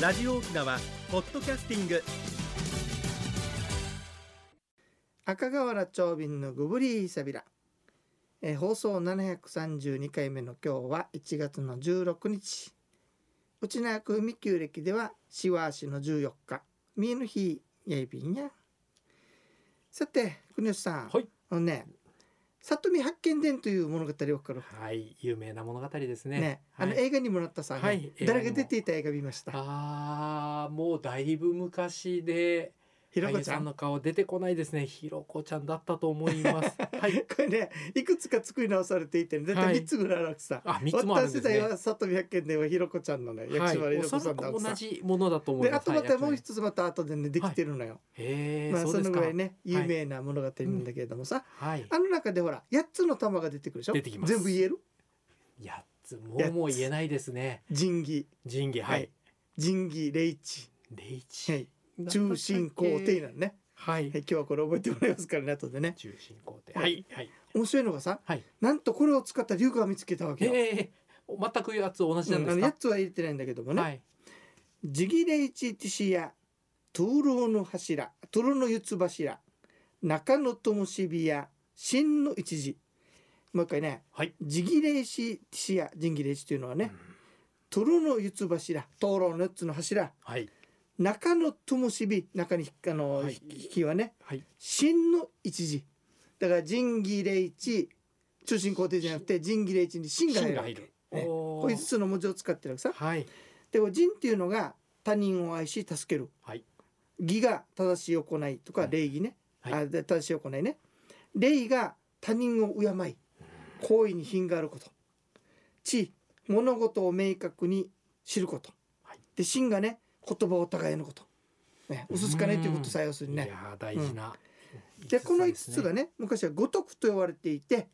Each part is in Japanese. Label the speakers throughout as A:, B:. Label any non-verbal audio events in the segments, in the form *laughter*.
A: ラジオ沖縄ポッドキャスティング
B: 赤瓦長瓶のグブリーサビラ、えー放送732回目の今日は1月の16日内縄久美旧暦ではシワーシの14日見えぬ日やいびんやさて国吉さん、
C: はい
B: あのね「里見八犬伝」という物語をかる
C: はい、有名な物語ですね。
B: ねあの
C: はい
B: 映画にもなったさ、
C: はい
B: 誰
C: 映画に
B: が
C: も
B: 出ていた映画見ました
C: あーもうだいぶ昔で、
B: ひろ
C: 俳
B: こ
C: 優
B: ち
C: さ
B: ゃ
C: ん
B: ん
C: の顔出てこないですね。ひろこちゃんだったと思い
B: *laughs*
C: ます。はい。
B: これねいくつか作り直されていてねだいた
C: はい
B: い3つぐらいあるわけさ、
C: あ、三つもある
B: 私
C: んで
B: 世
C: す
B: 代
C: ね。
B: は里見百軒ではひろこちゃんのね薬
C: は
B: 師
C: い、
B: 丸ひ
C: お
B: ろ
C: そ
B: こさ
C: ら
B: んだ
C: く
B: 奥さ
C: 同
B: ん
C: じものだと思い
B: で
C: ま
B: あ
C: す。
B: とまたもう
C: はい
B: 一つまた後でねできてるのよ、
C: へえ、
B: まあ
C: そ
B: そう
C: で
B: の
C: す
B: ぐ
C: か。
B: らいね有名な物語なんだけれどもさ、
C: はい。
B: あの中でほら8つの玉が出てくるでしょ
C: 出てきます
B: 全部言える
C: 八つ、も
B: 八
C: う
B: つ
C: もう言えないですね。
B: 仁義
C: 仁義、は
B: はい
C: い。
B: 仁義霊智
C: 礼一、
B: はい中心皇帝なのね、
C: はい
B: はい、。今日はこれ覚えてもらいますからね後でね
C: 中心皇帝。はい、はい、
B: 面白いのがさ
C: はい。
B: なんとこれを使った龍が見つけたわけよ、
C: ええ、全くやつ同じなん
B: うん
C: で
B: あ
C: す
B: の
C: か。
B: 8つは入れてないんだけどもね、
C: はい。
B: ジギレイチティシヤ、トゥールーの柱、トゥルーの四つ柱、中野ともしびや、真の一時。もう一回ね、
C: はい
B: ジギレイチティシヤ、ジンギレイチというのはね、トゥルーの四つ柱、トゥルーの四つの柱、
C: はい。
B: 中野ともしび、中にひあの、
C: はい
B: 引きはね、
C: はい。
B: 真の一時。だからジンギレイチ、中心皇帝じゃなくて、ジンギレイチに真が入るわけ。ね
C: お
B: こういう五つの文字を使ってるわけさ。
C: はい。
B: でも仁っていうのが他人を愛し助ける、
C: はい
B: 義が正しい行いとか
C: うん
B: 礼儀ね、
C: はい
B: あで正しい行いね礼が他人を敬い行為に品があること知物事を明確に知ること、
C: はい
B: で真がね言葉を互いのこと、ね、嘘つかないということさえ要するに
C: いや
B: ね
C: ー大事な。
B: でこの5つが
C: ね。
B: ね昔は五徳と呼ばれていて、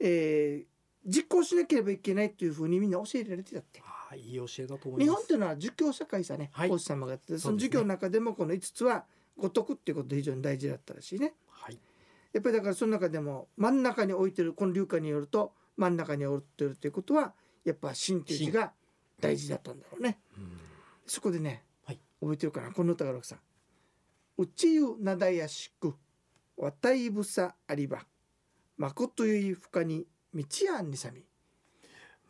B: えー実行しなければいけないというふうにみんな教えられてたって
C: ああいい教えだと思い
B: 日
C: ま
B: 本
C: す。
B: っていうのは儒教社会さね、
C: はい
B: 皇子様がやっててその
C: そうですね
B: 儒教の中でもこの5つは五徳っていうことで非常に大事だったらしいね
C: はい。
B: やっぱりだからその中でも真ん中に置いてるこの流下によると真ん中に置いてるっていうことはやっぱ真っていう字が大事だったんだろうね
C: うん
B: そこでね、
C: はい
B: 覚えてるかなこの歌が六さん「うちゆなだやしくわたいぶさありばまことゆいふかに道やんにさみ」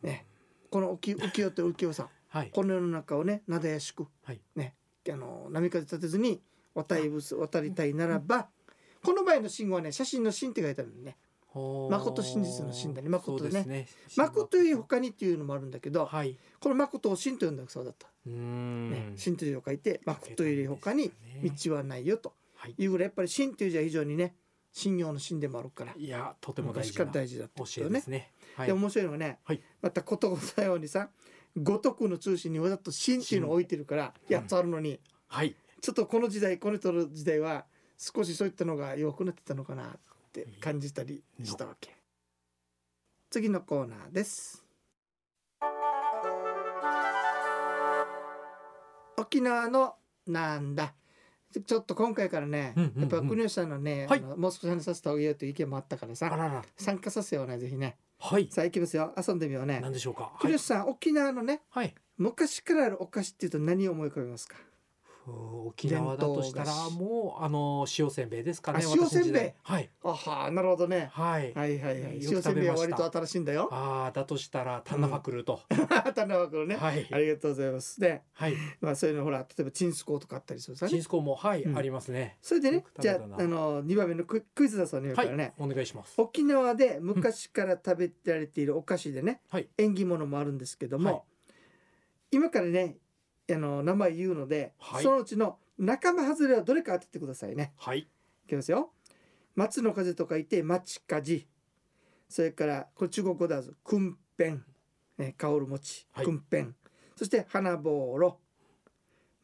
B: ねこの浮世って浮世さん
C: はい。
B: この世の中をねなだやしく、
C: はい
B: ねあの波風立てずに渡りぶす渡りたいならば、この場合の信号はね写真の信って書いてあるのね
C: ほー
B: 誠真実の真だね誠
C: そ
B: ね
C: うですね。
B: 誠より他にっていうのもあるんだけど、
C: はい。
B: この誠を真と呼んだそうだった、
C: うー
B: ね
C: ん。
B: 真という字を書いて誠より他に道はないよと
C: はい。
B: いうぐらいやっぱり真という字は非常にね信用の信でもあるから
C: いやとても大
B: 昔
C: 事
B: か
C: な
B: ら
C: 教
B: 大事だったこと
C: え
B: よ
C: で
B: ね
C: すね。はい
B: で。面白いのがね、
C: はい
B: またことごとのようにさ五徳の中心にわざと真っていうのを置いてるから
C: 真
B: やつあるのに、
C: はい。
B: ちょっとこの時代この人の時代は少しそういったのが弱くなってたのかなって感じたりしたわけ次のコーナーです沖縄のなんだちょっと今回からね、
C: うんうんうん
B: やっぱ国吉さんのね、
C: はい
B: あのもう少し話させた方がいいよという意見もあったから
C: あら
B: さ
C: ら。
B: 参加させようねぜひね
C: はい。
B: さあ行きますよ遊んでみようね
C: なんでしょうか。は
B: 国
C: い
B: 吉。さん、沖縄のね
C: はい。
B: 昔からあるお菓子っていうと何を思い浮かべますか
C: ふー沖縄だとした
B: 伝
C: ら
B: 統
C: もうあの塩せんべいですかね。
B: あ
C: 私の時代
B: 塩せんべい
C: はい。
B: あはあなるほどね
C: はい。
B: はいはいはい。
C: よ
B: 塩
C: く
B: せ
C: 食
B: んべい
C: べま
B: は
C: した
B: 割と新しいんだよ。
C: ああだとしたらタンナファクルと。
B: 田中君 *laughs* ね。
C: はい。
B: ありがとうございます。で、
C: はい。
B: まあそういうのほら例えばチンスコーとかあったりするさ
C: チ
B: ね
C: ン。スコーもはい、
B: うん
C: ありますね。
B: それでね
C: よく、食
B: じ
C: べた
B: ゃ
C: な
B: ああの二番目のククイズだそうね。
C: は
B: か
C: い、
B: らね。
C: お願いします。
B: 沖縄で昔から食べられているお菓子でね、
C: はい
B: 縁起物もあるんですけども、
C: はい
B: 今からね、あの名前言うので、
C: はい
B: そのうちの仲間外れはどれか当ててくださいね。
C: はい。
B: いきますよ。松の風と書いて松風。それからこれ中国語だぞ。訓辺、ね、香る餅、
C: はい
B: 訓辺。そして花ぼうろ、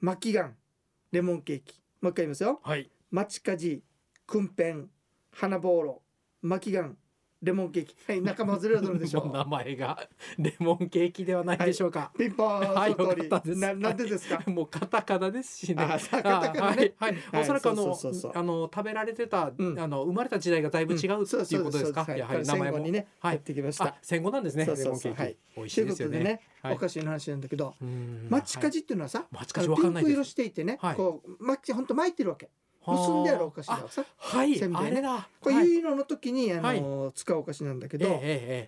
B: 巻きがん、レモンケーキ。もう一回言いますよ。
C: はい。
B: 松風、訓辺、花ぼうろ、巻きがん、レモンケーキはい仲間ずれるのでし
C: *laughs*
B: ょ
C: もう
B: う
C: 名前がレモンケーキではないでしょうか。
B: ピンポーン、
C: はい
B: その通
C: よかったで
B: り
C: す
B: ななん
C: *laughs*
B: でですか
C: もうカタカナですしね。
B: あさカタカナね
C: あはい、は
B: は
C: いい、おそらくあの
B: そうそうそうそう
C: あの食べられてた、
B: うん
C: あの生まれた時代がだいぶ違うって
B: そ
C: いうことですか。
B: そう
C: やはり
B: そ
C: 名前
B: うはい戦後
C: も。
B: にね、
C: はい
B: やってきました
C: あ、戦後なんですね。
B: そうそう
C: レモ
B: そう
C: ンケーキ、
B: はい
C: 美味し
B: とい
C: いうで
B: こ
C: すよ
B: とで
C: ね。
B: ね、
C: はい
B: おかしい話なんだけど、
C: うん
B: マチカジっていうのはさ、
C: マチカジわかんない
B: ピ
C: です
B: ンク色していてね、
C: はい
B: こうマチ本当巻いてるわけ
C: はい
B: 結んであるお菓子だ
C: あ
B: わさ
C: はい、
B: せんべい
C: あ
B: ね
C: れだ。
B: これ
C: はい、え
B: 結納の時にあの、使うお菓子なんだけ
C: ええ
B: ど、
C: ええ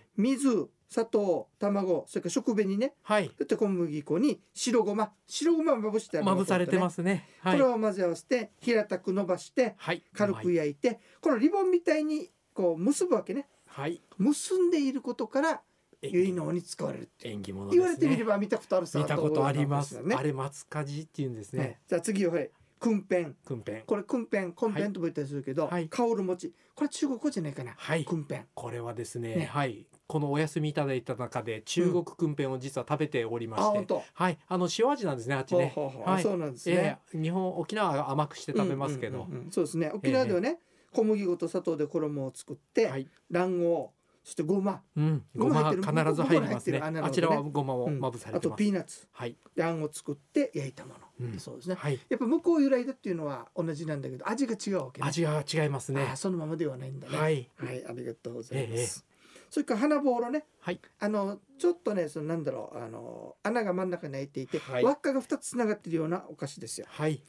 C: え
B: 水砂糖卵それから食紅ね
C: はい。
B: そして小麦粉に白ごま白ごままぶしてある、
C: まぶされてますすね。はい
B: これ。を混ぜ合わせて平たく伸ばして
C: はい。
B: 軽く焼いて、このリボンみたいにこう結ぶわけね
C: はい。
B: 結んでいることから結
C: 縁
B: 納に使われるっていう、
C: 起物ですね。
B: 言われてみれば見たことあるさ
C: 見たことあります。
B: と思うような
C: あ
B: 話だね
C: れマツカジっていうんです
B: はい
C: ね。
B: じゃあ次ははい訓編
C: 訓編。
B: これ訓編訓編とも言ったりするけど、
C: はい
B: 香る餅これ中国語じゃないかな
C: はい。
B: 訓編
C: これはですね
B: ね
C: はいこのお休みいただいた中で中国訓編を実は食べており
B: あ
C: まして、
B: 本当
C: はいあの塩味なんですねあっち
B: ほう
C: ね
B: ほうほう、
C: はい
B: そうなんですね、
C: ええ日本沖縄は甘くして食べますけど、
B: うんうんうんうんそうですね沖縄ではね、小麦粉と砂糖で衣を作って、
C: はい
B: 卵黄そしてごま、
C: うん
B: ご
C: ご
B: ま
C: ま
B: 入
C: は
B: ってる
C: 必ず入りますね
B: ごま入ってるあなるほどね
C: あちらはごまを
B: うん
C: まぶされ
B: あ
C: て
B: と
C: ます、
B: ピーナッツ
C: はい、
B: であんを作って焼いたもの、
C: うん
B: そうですね
C: はい
B: やっぱ向こう由来だっていうのは同じなんだけど味が違うわけね
C: 味が違いますね
B: あーそのままではないんだね、
C: はいい
B: はい、ありがとうござい
C: え
B: ます、
C: えええ
B: それから花ぼうろね
C: はい
B: あのちょっとねそのなんだろうあの穴が真ん中に開いていて、
C: はい
B: 輪っかが2つつながっているようなお菓子ですよ
C: はい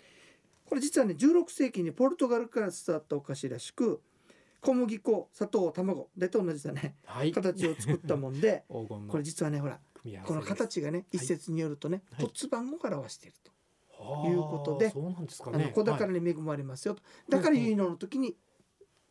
B: これ実はね16世紀にポルトガルから伝わったお菓子らしく小麦粉砂糖卵でと同じだね
C: はい
B: 形を作ったもんで
C: *laughs* 黄金の
B: これ実はねほら
C: 組み合わせ
B: この形がね一説によるとね
C: はい
B: 骨盤を表していると、
C: と
B: いうことで
C: そうなんですか
B: あの
C: ね
B: 子
C: は
B: 宝に恵まれますよとだから結納の時に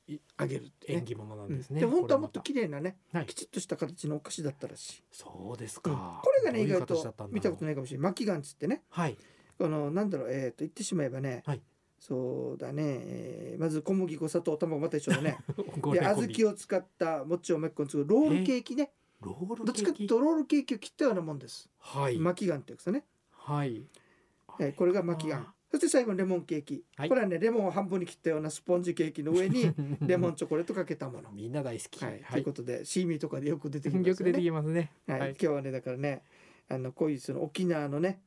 C: い
B: あげるって
C: 縁
B: ね。
C: 起物なん
B: うん
C: ですね、
B: で本当はもっと
C: これ
B: 綺麗なね
C: またはい
B: きちっとした形のお菓子だったらしい、
C: そうです
B: う
C: か、
B: んこれがね意外と見たこと
C: ない
B: ないかもしれない巻きンつってね
C: はい
B: あのなんだろうえー、と言ってしまえばね、
C: はい
B: そうだね、えーまず小麦粉砂糖卵また一緒
C: *laughs*
B: だねで小豆を使った餅をもう一個作るロールケーキね、
C: ロール
B: どっ
C: ケ
B: ちか
C: ー
B: とい
C: キ
B: うとロールケーキを切ったようなもんです、
C: はい
B: 巻きガンっていうんですかね、
C: はい
B: えーこれが巻きガンそして最後にレモンケーキ、
C: はい
B: これはねレモンを半分に切ったようなスポンジケーキの
C: *laughs*
B: 上にレモンチョコレートかけたもの
C: みんな大好き
B: はい、ということでシーミーとかでよく出てきます
C: よ
B: よ
C: く
B: ね
C: 出てきますね
B: はい
C: は
B: 今
C: い
B: 日はねだからねあのこういうその沖縄のね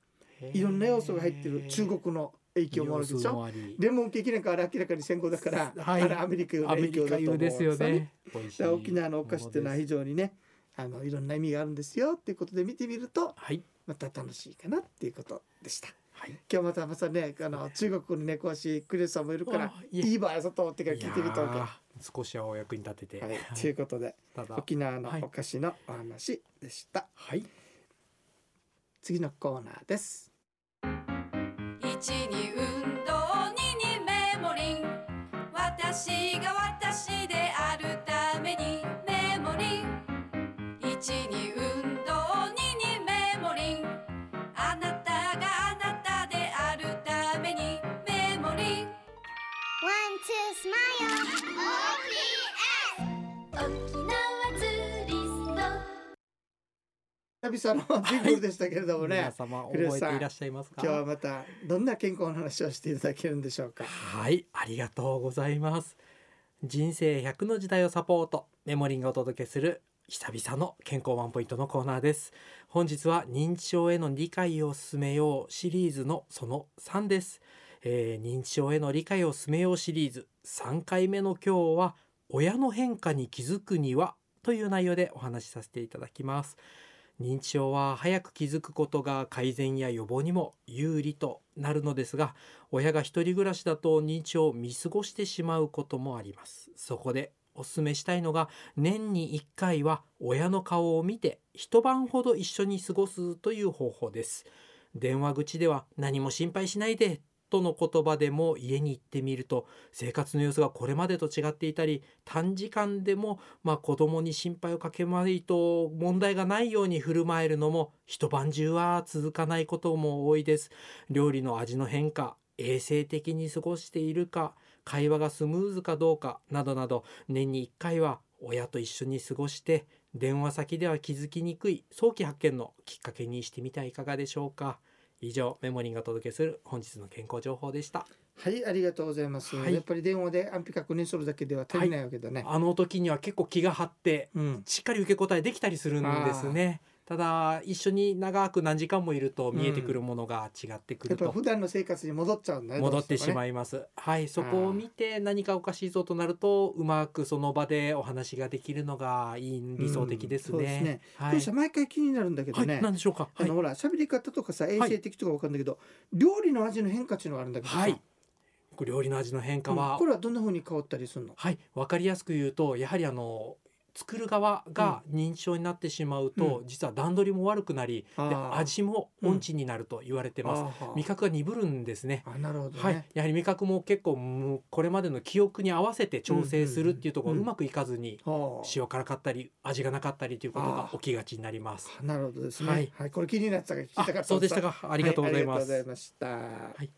B: いろんな要素が入ってる中国の影響もあるでしょ
C: あり
B: レモンケーキなんかあれ明らかに戦後だから、
C: はい
B: あれアメリカの
C: アメ
B: 影
C: リ
B: 響だ
C: カ
B: と思う
C: 流
B: ん
C: ですよ
B: よ
C: ね美味しい
B: だから沖縄のお菓子っていうのは
C: も
B: 非
C: です
B: 常にねあのいろんな意味があるんですよっていうことで見てみると
C: はい
B: また楽しいかなっていうことでした
C: はい
B: 今日またまたねあの中国にね詳しいクレスさんもいるから
C: あいえ
B: いい場合さと思ってから聞いてみた
C: いや
B: わ
C: ー少しはお役に立てて
B: けはいということで
C: *laughs* ただ
B: 沖縄の
C: はい
B: お菓子のお話でした、
C: はい
B: 次のコーナーです
D: 一に運動二にメモリン私が私であるためにメモリン一に運動二にメモリンあなたがあなたであるためにメモリン
E: One, two, smile. OPS! 沖縄ツーリスト。
B: 久々のジングルでしたけれどもね、
C: 皆様覚
B: 古江
C: え
B: さん
C: ていらっしゃいます
B: 今日は
C: か
B: またどんな健康の話をしていただけるんでしょうか
C: はいありがとうございます人生100の時代をサポートメモリンがお届けする久々の健康ワンポイントのコーナーです本日は認知症への理解を進めようシリーズのその3です、えー認知症への理解を進めようシリーズ3回目の今日は親の変化に気づくにはという内容でお話しさせていただきます認知症は早く気づくことが改善や予防にも有利となるのですが親が一人暮らしだと認知症を見過ごしてしまうこともありますそこでお勧めしたいのが年に1回は親の顔を見て一晩ほど一緒に過ごすという方法です電話口では何も心配しないでとの言葉でも家に行ってみると生活の様子がこれまでと違っていたり短時間でもまあ子供に心配をかけまいと問題がないように振る舞えるのも一晩中は続かないことも多いです料理の味の変化衛生的に過ごしているか会話がスムーズかどうかなどなど年に1回は親と一緒に過ごして電話先では気づきにくい早期発見のきっかけにしてみてはいかがでしょうか以上メモリンがお届けする本日の健康情報でした
B: はいありがとうございます、
C: はい
B: やっぱり電話で安否確認するだけでは足りないわけだね、
C: あの時には結構気が張って
B: うん
C: しっかり受け答えできたりするんですねただ一緒に長く何時間もいると見えてくるものが違ってく
B: や
C: る
B: っぱり
C: と
B: 普段の生活に戻っちゃうんだね
C: 戻ってし
B: う
C: まいます、はいそこを見て何かおかしいぞとなるとうまくその場でお話ができるのがいい理想的です
B: うんそうで
C: ね
B: すね、
C: はい、
B: さ毎回気になるんだけど
C: はい、
B: ね、
C: なんでしょうか
B: あ
C: はい
B: のほら喋り方とかさ衛生的とかわかんないけど、料理の味の変化っていうのがあるんだけどさ、
C: はい料理の味の変化
B: う
C: は
B: んこれはどんな風に変わったりするの
C: はい、わかりやすく言うとやはりあの作る側が認知症になってしまうと、
B: う
C: 実は段取りも悪くなり、で
B: あー
C: 味も音痴になると言われてます、
B: あーはー
C: 味覚が鈍るんですね
B: あなるほどね、
C: はい、やはり味覚も結構むこれまでの記憶に合わせて調整するっていうところ
B: うん
C: が
B: う
C: う
B: ん
C: まくいかずに
B: はあ
C: 塩辛かったり味がなかったりということが
B: あー
C: 起きがちになります。
B: あなるほどですね
C: は
B: はいい、これ気になってたから聞きたかった
C: あそうでしたかあ
B: あ
C: りがとうございます。
B: ありがとうございました、はい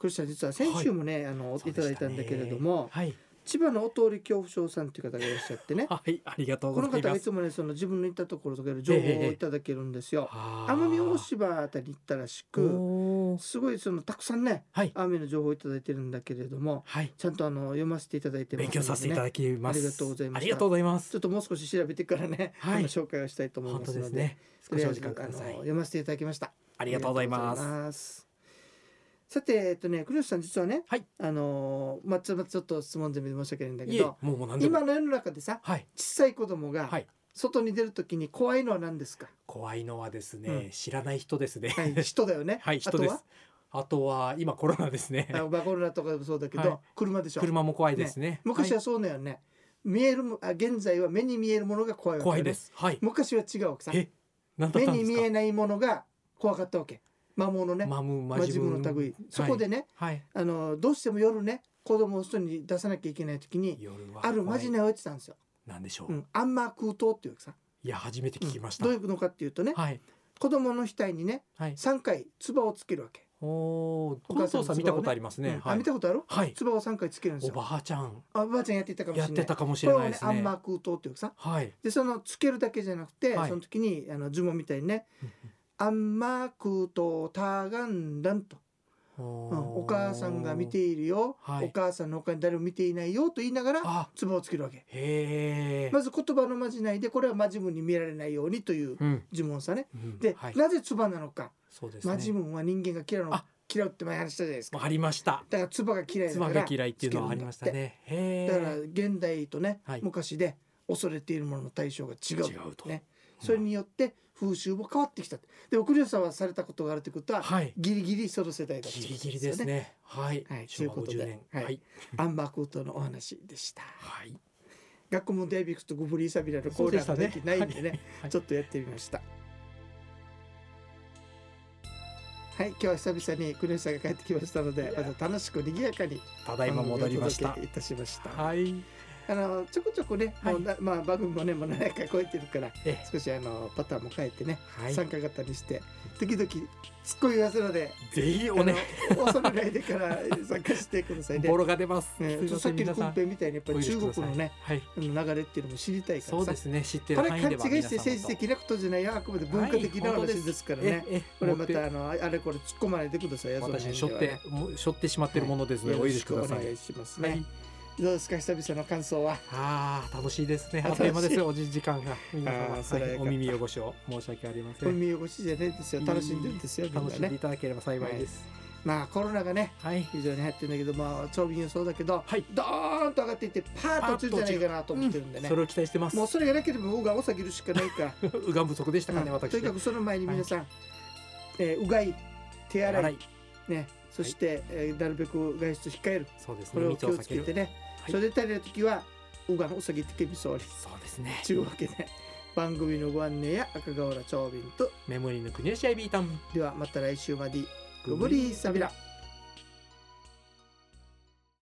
B: これさ実は先週もね、あの
C: そうで
B: い
C: した
B: た
C: ね
B: だいたんだけれども、
C: はい、
B: 千葉のお通り恐怖症さんっていう方がいらっしゃってね
C: はい、ありがとう
B: こ
C: ご
B: の
C: ざい
B: 方が
C: ま
B: い
C: す。
B: つもねその自分の行ったところとかいろいろ情報をいただけるんですよ、奄
C: 奄
B: 美大島あたりに行ったらしくすごいそのたくさんね
C: はい、
B: 奄美の情報をいただいてるんだけれども
C: はい、
B: ちゃんとあの読ませていただいてます
C: 勉
B: のでね、
C: 強させていただきます。
B: ありがとうございました
C: ありがとうございます
B: ちょっともう少し調べてからね、
C: はい
B: あの紹介をしたいと思い
C: 本
B: ま
C: 当
B: す
C: で
B: の
C: す
B: で
C: ね。少
B: とり
C: し
B: あ
C: お
B: え
C: 時
B: ず
C: 間く
B: あ
C: だ
B: の
C: さい。
B: 読ませていただきました
C: ありがとうございます。
B: ありがと
C: は
B: うございますさてえっとね黒吉さん実はね、
C: はい
B: あのーまあちょまあちょっと質問全部で申し訳ないんだ
C: い
B: け
C: え、
B: ど
C: もうもう何で
B: 今
C: も。
B: の世の中でさ
C: はい、
B: 小さい子供が
C: はい
B: 外に出るときに怖いのは何で
C: *laughs*
B: すか、
C: 怖いのはです
B: う
C: ね、
B: ん
C: 知らない人ですね。
B: はい、人だよ
C: *laughs*
B: ね
C: はい、人です。あとは今コロナですね
B: あ。とはあバコロナとかでもそうだけど、
C: はい
B: 車でしょ
C: 車も怖いですね。
B: 昔
C: は
B: はそうだよね、見えるもあ現在は目に見えるものが怖
C: い
B: いわけ、ね、
C: 怖いです。はい。
B: 昔は違うわけさ
C: え、なんだっ
B: 目
C: たんで
B: に
C: す
B: 見
C: か
B: え。ないものが怖かったわけ魔物ね、
C: マムマ
B: まあ
C: ジ
B: 自
C: ブ
B: 分
C: ン
B: の類い、そこでね
C: はい。
B: あのどうしても夜ね子供を外に出さなきゃいけない時に
C: 夜は
B: あるマジなをやってたんですよ、
C: なんでしょ
B: う
C: う。
B: ん、アンマー空洞っていうわけさ
C: いや初めて聞きました
B: うん。どういうのかっていうとね、
C: はい
B: 子供の額にね
C: はい。
B: 3回唾をつけるわけ、
C: おお、この操作見たことあります
B: う
C: ね
B: ん。
C: は
B: あ
C: い
B: 見。たことある
C: はい。
B: 唾を3回つけるんです
C: お
B: よ
C: ばあちゃん
B: あおばあちゃんやっていたかもしれ
C: や
B: な
C: っ
B: い
C: てたかもし
B: これ
C: れ
B: は
C: ない
B: ね
C: です
B: アンマ
C: ね
B: ー。空洞っていうわけさ
C: はい。
B: でそのつけるだけじゃなくて、
C: はい
B: その時にあの呪文みたいにね「アンマー空洞タガンダン」と、
C: お
B: うんお母さんが見ているよ、
C: はい
B: お母さんの他に誰も見ていないよ」と言いながら
C: あ
B: 唾をつけるわけ。
C: へえ、
B: まず言葉のまじないでこれはマジムに見られないようにという
C: うん
B: 呪文さね。
C: うん
B: で、
C: はい、
B: なぜ唾なのか、
C: そうですね
B: マジムは人間が嫌いなの
C: あ
B: 嫌うって前話したじゃないですか。
C: ありました
B: だから唾が嫌いだから
C: 妻が嫌いっていうのはありましたね
B: つ
C: へ
B: けるんだって。だから
C: え
B: 現代とね、
C: はい
B: 昔で恐れているものの対象が違う。
C: 違うと
B: ね。それによって風習も変わってきた。で、奥リさんはされたことがあるってことは、
C: はい
B: ギリギリその世代だったって
C: ギ
B: こと
C: リギリです。ねはい、
B: はい
C: 昭和
B: ということで
C: 50年
B: はい
C: はい、
B: アンバー空洞のお話でした。
C: はい
B: 学校もデイビックとグブリーサビラのコーナーができないんでね。
C: はい
B: ちょっとやってみました。はい、今日は久々に国吉さんが帰ってきましたので、また楽しく賑やかに
C: ただいま戻りました
B: 番組をお届けいたしました。
C: はい
B: あのちょこちょこね、
C: はい
B: もうなまあ番組もねもう7回超えてるから、
C: え
B: 少しあのパターンも変えてね、
C: はい
B: 参加型にして時々ツッコミを出すので、
C: ぜひおね
B: あの恐れないで
C: *laughs*
B: から参加してくださいね。
C: ボロが出ます、
B: ね
C: すいま
B: さ
C: せ
B: っ
C: ん
B: き
C: 皆
B: のコ
C: さ
B: ン
C: ん
B: ペみたいにやっぱり中国のね、
C: はい
B: あの流れっていうのも知りたいか
C: そ
B: ら
C: う
B: さ
C: で。すね知って
B: こ
C: る
B: れ
C: 範囲
B: 勘違
C: で
B: い
C: は皆
B: し
C: さ
B: て
C: ん
B: 政治的なことじゃないよあくまで文化的な
C: はい本当
B: 話
C: です
B: ですからね、
C: ええ
B: これ
C: 持
B: また
C: って
B: あのあれこれ突っ込まないでくださいよ
C: 私に
B: そ
C: 背
B: の
C: 負っ
B: 辺で
C: てもう背負ってしまってるものですの
B: は
C: で、
B: ね
C: お
B: よろ
C: 許
B: し
C: しく
B: くお
C: ださい
B: 願いしますね、
C: はい
B: どうですか久々の感想は
C: ああ楽しいですね。あ
B: 楽
C: っ
B: しい
C: という間ですよ。おじ時間が皆
B: あー
C: 様、
B: それは
C: は
B: よ
C: い、
B: か
C: お
B: った
C: 耳汚しを申し訳ありません。
B: 耳汚しじゃないですよ楽しんでるんですよみん
C: 楽
B: な
C: しんでい
B: ね
C: ただければ幸いです。
B: まあコロナがね
C: はい。
B: 非常に流行ってるんだけどまあ長瓶予想だけど、
C: はい
B: ドーンと上がっていってパーッと落ちるんじゃないかなと思ってるんでね、
C: それを期待してます。
B: もうそれがなければ僕がお下げるしかないから
C: うがん不足でしたかね、
B: うん
C: 私。
B: とにかくその前に皆さん、えーうがい手洗い
C: 洗い。
B: ね、そして、えーなるべく外出控える
C: そうです
B: こ
C: ね。
B: れを
C: 密
B: 気
C: を
B: を
C: 避
B: つ
C: け
B: けて
C: る。
B: ね、
C: はい
B: それで足りない時はうがんうさぎてけびそうり
C: そうですね。
B: ちゅうわけで番組のご案内や赤瓦長瓶と
C: メモリーの国吉アイビータン。
B: ではまた来週までグブリーサビラ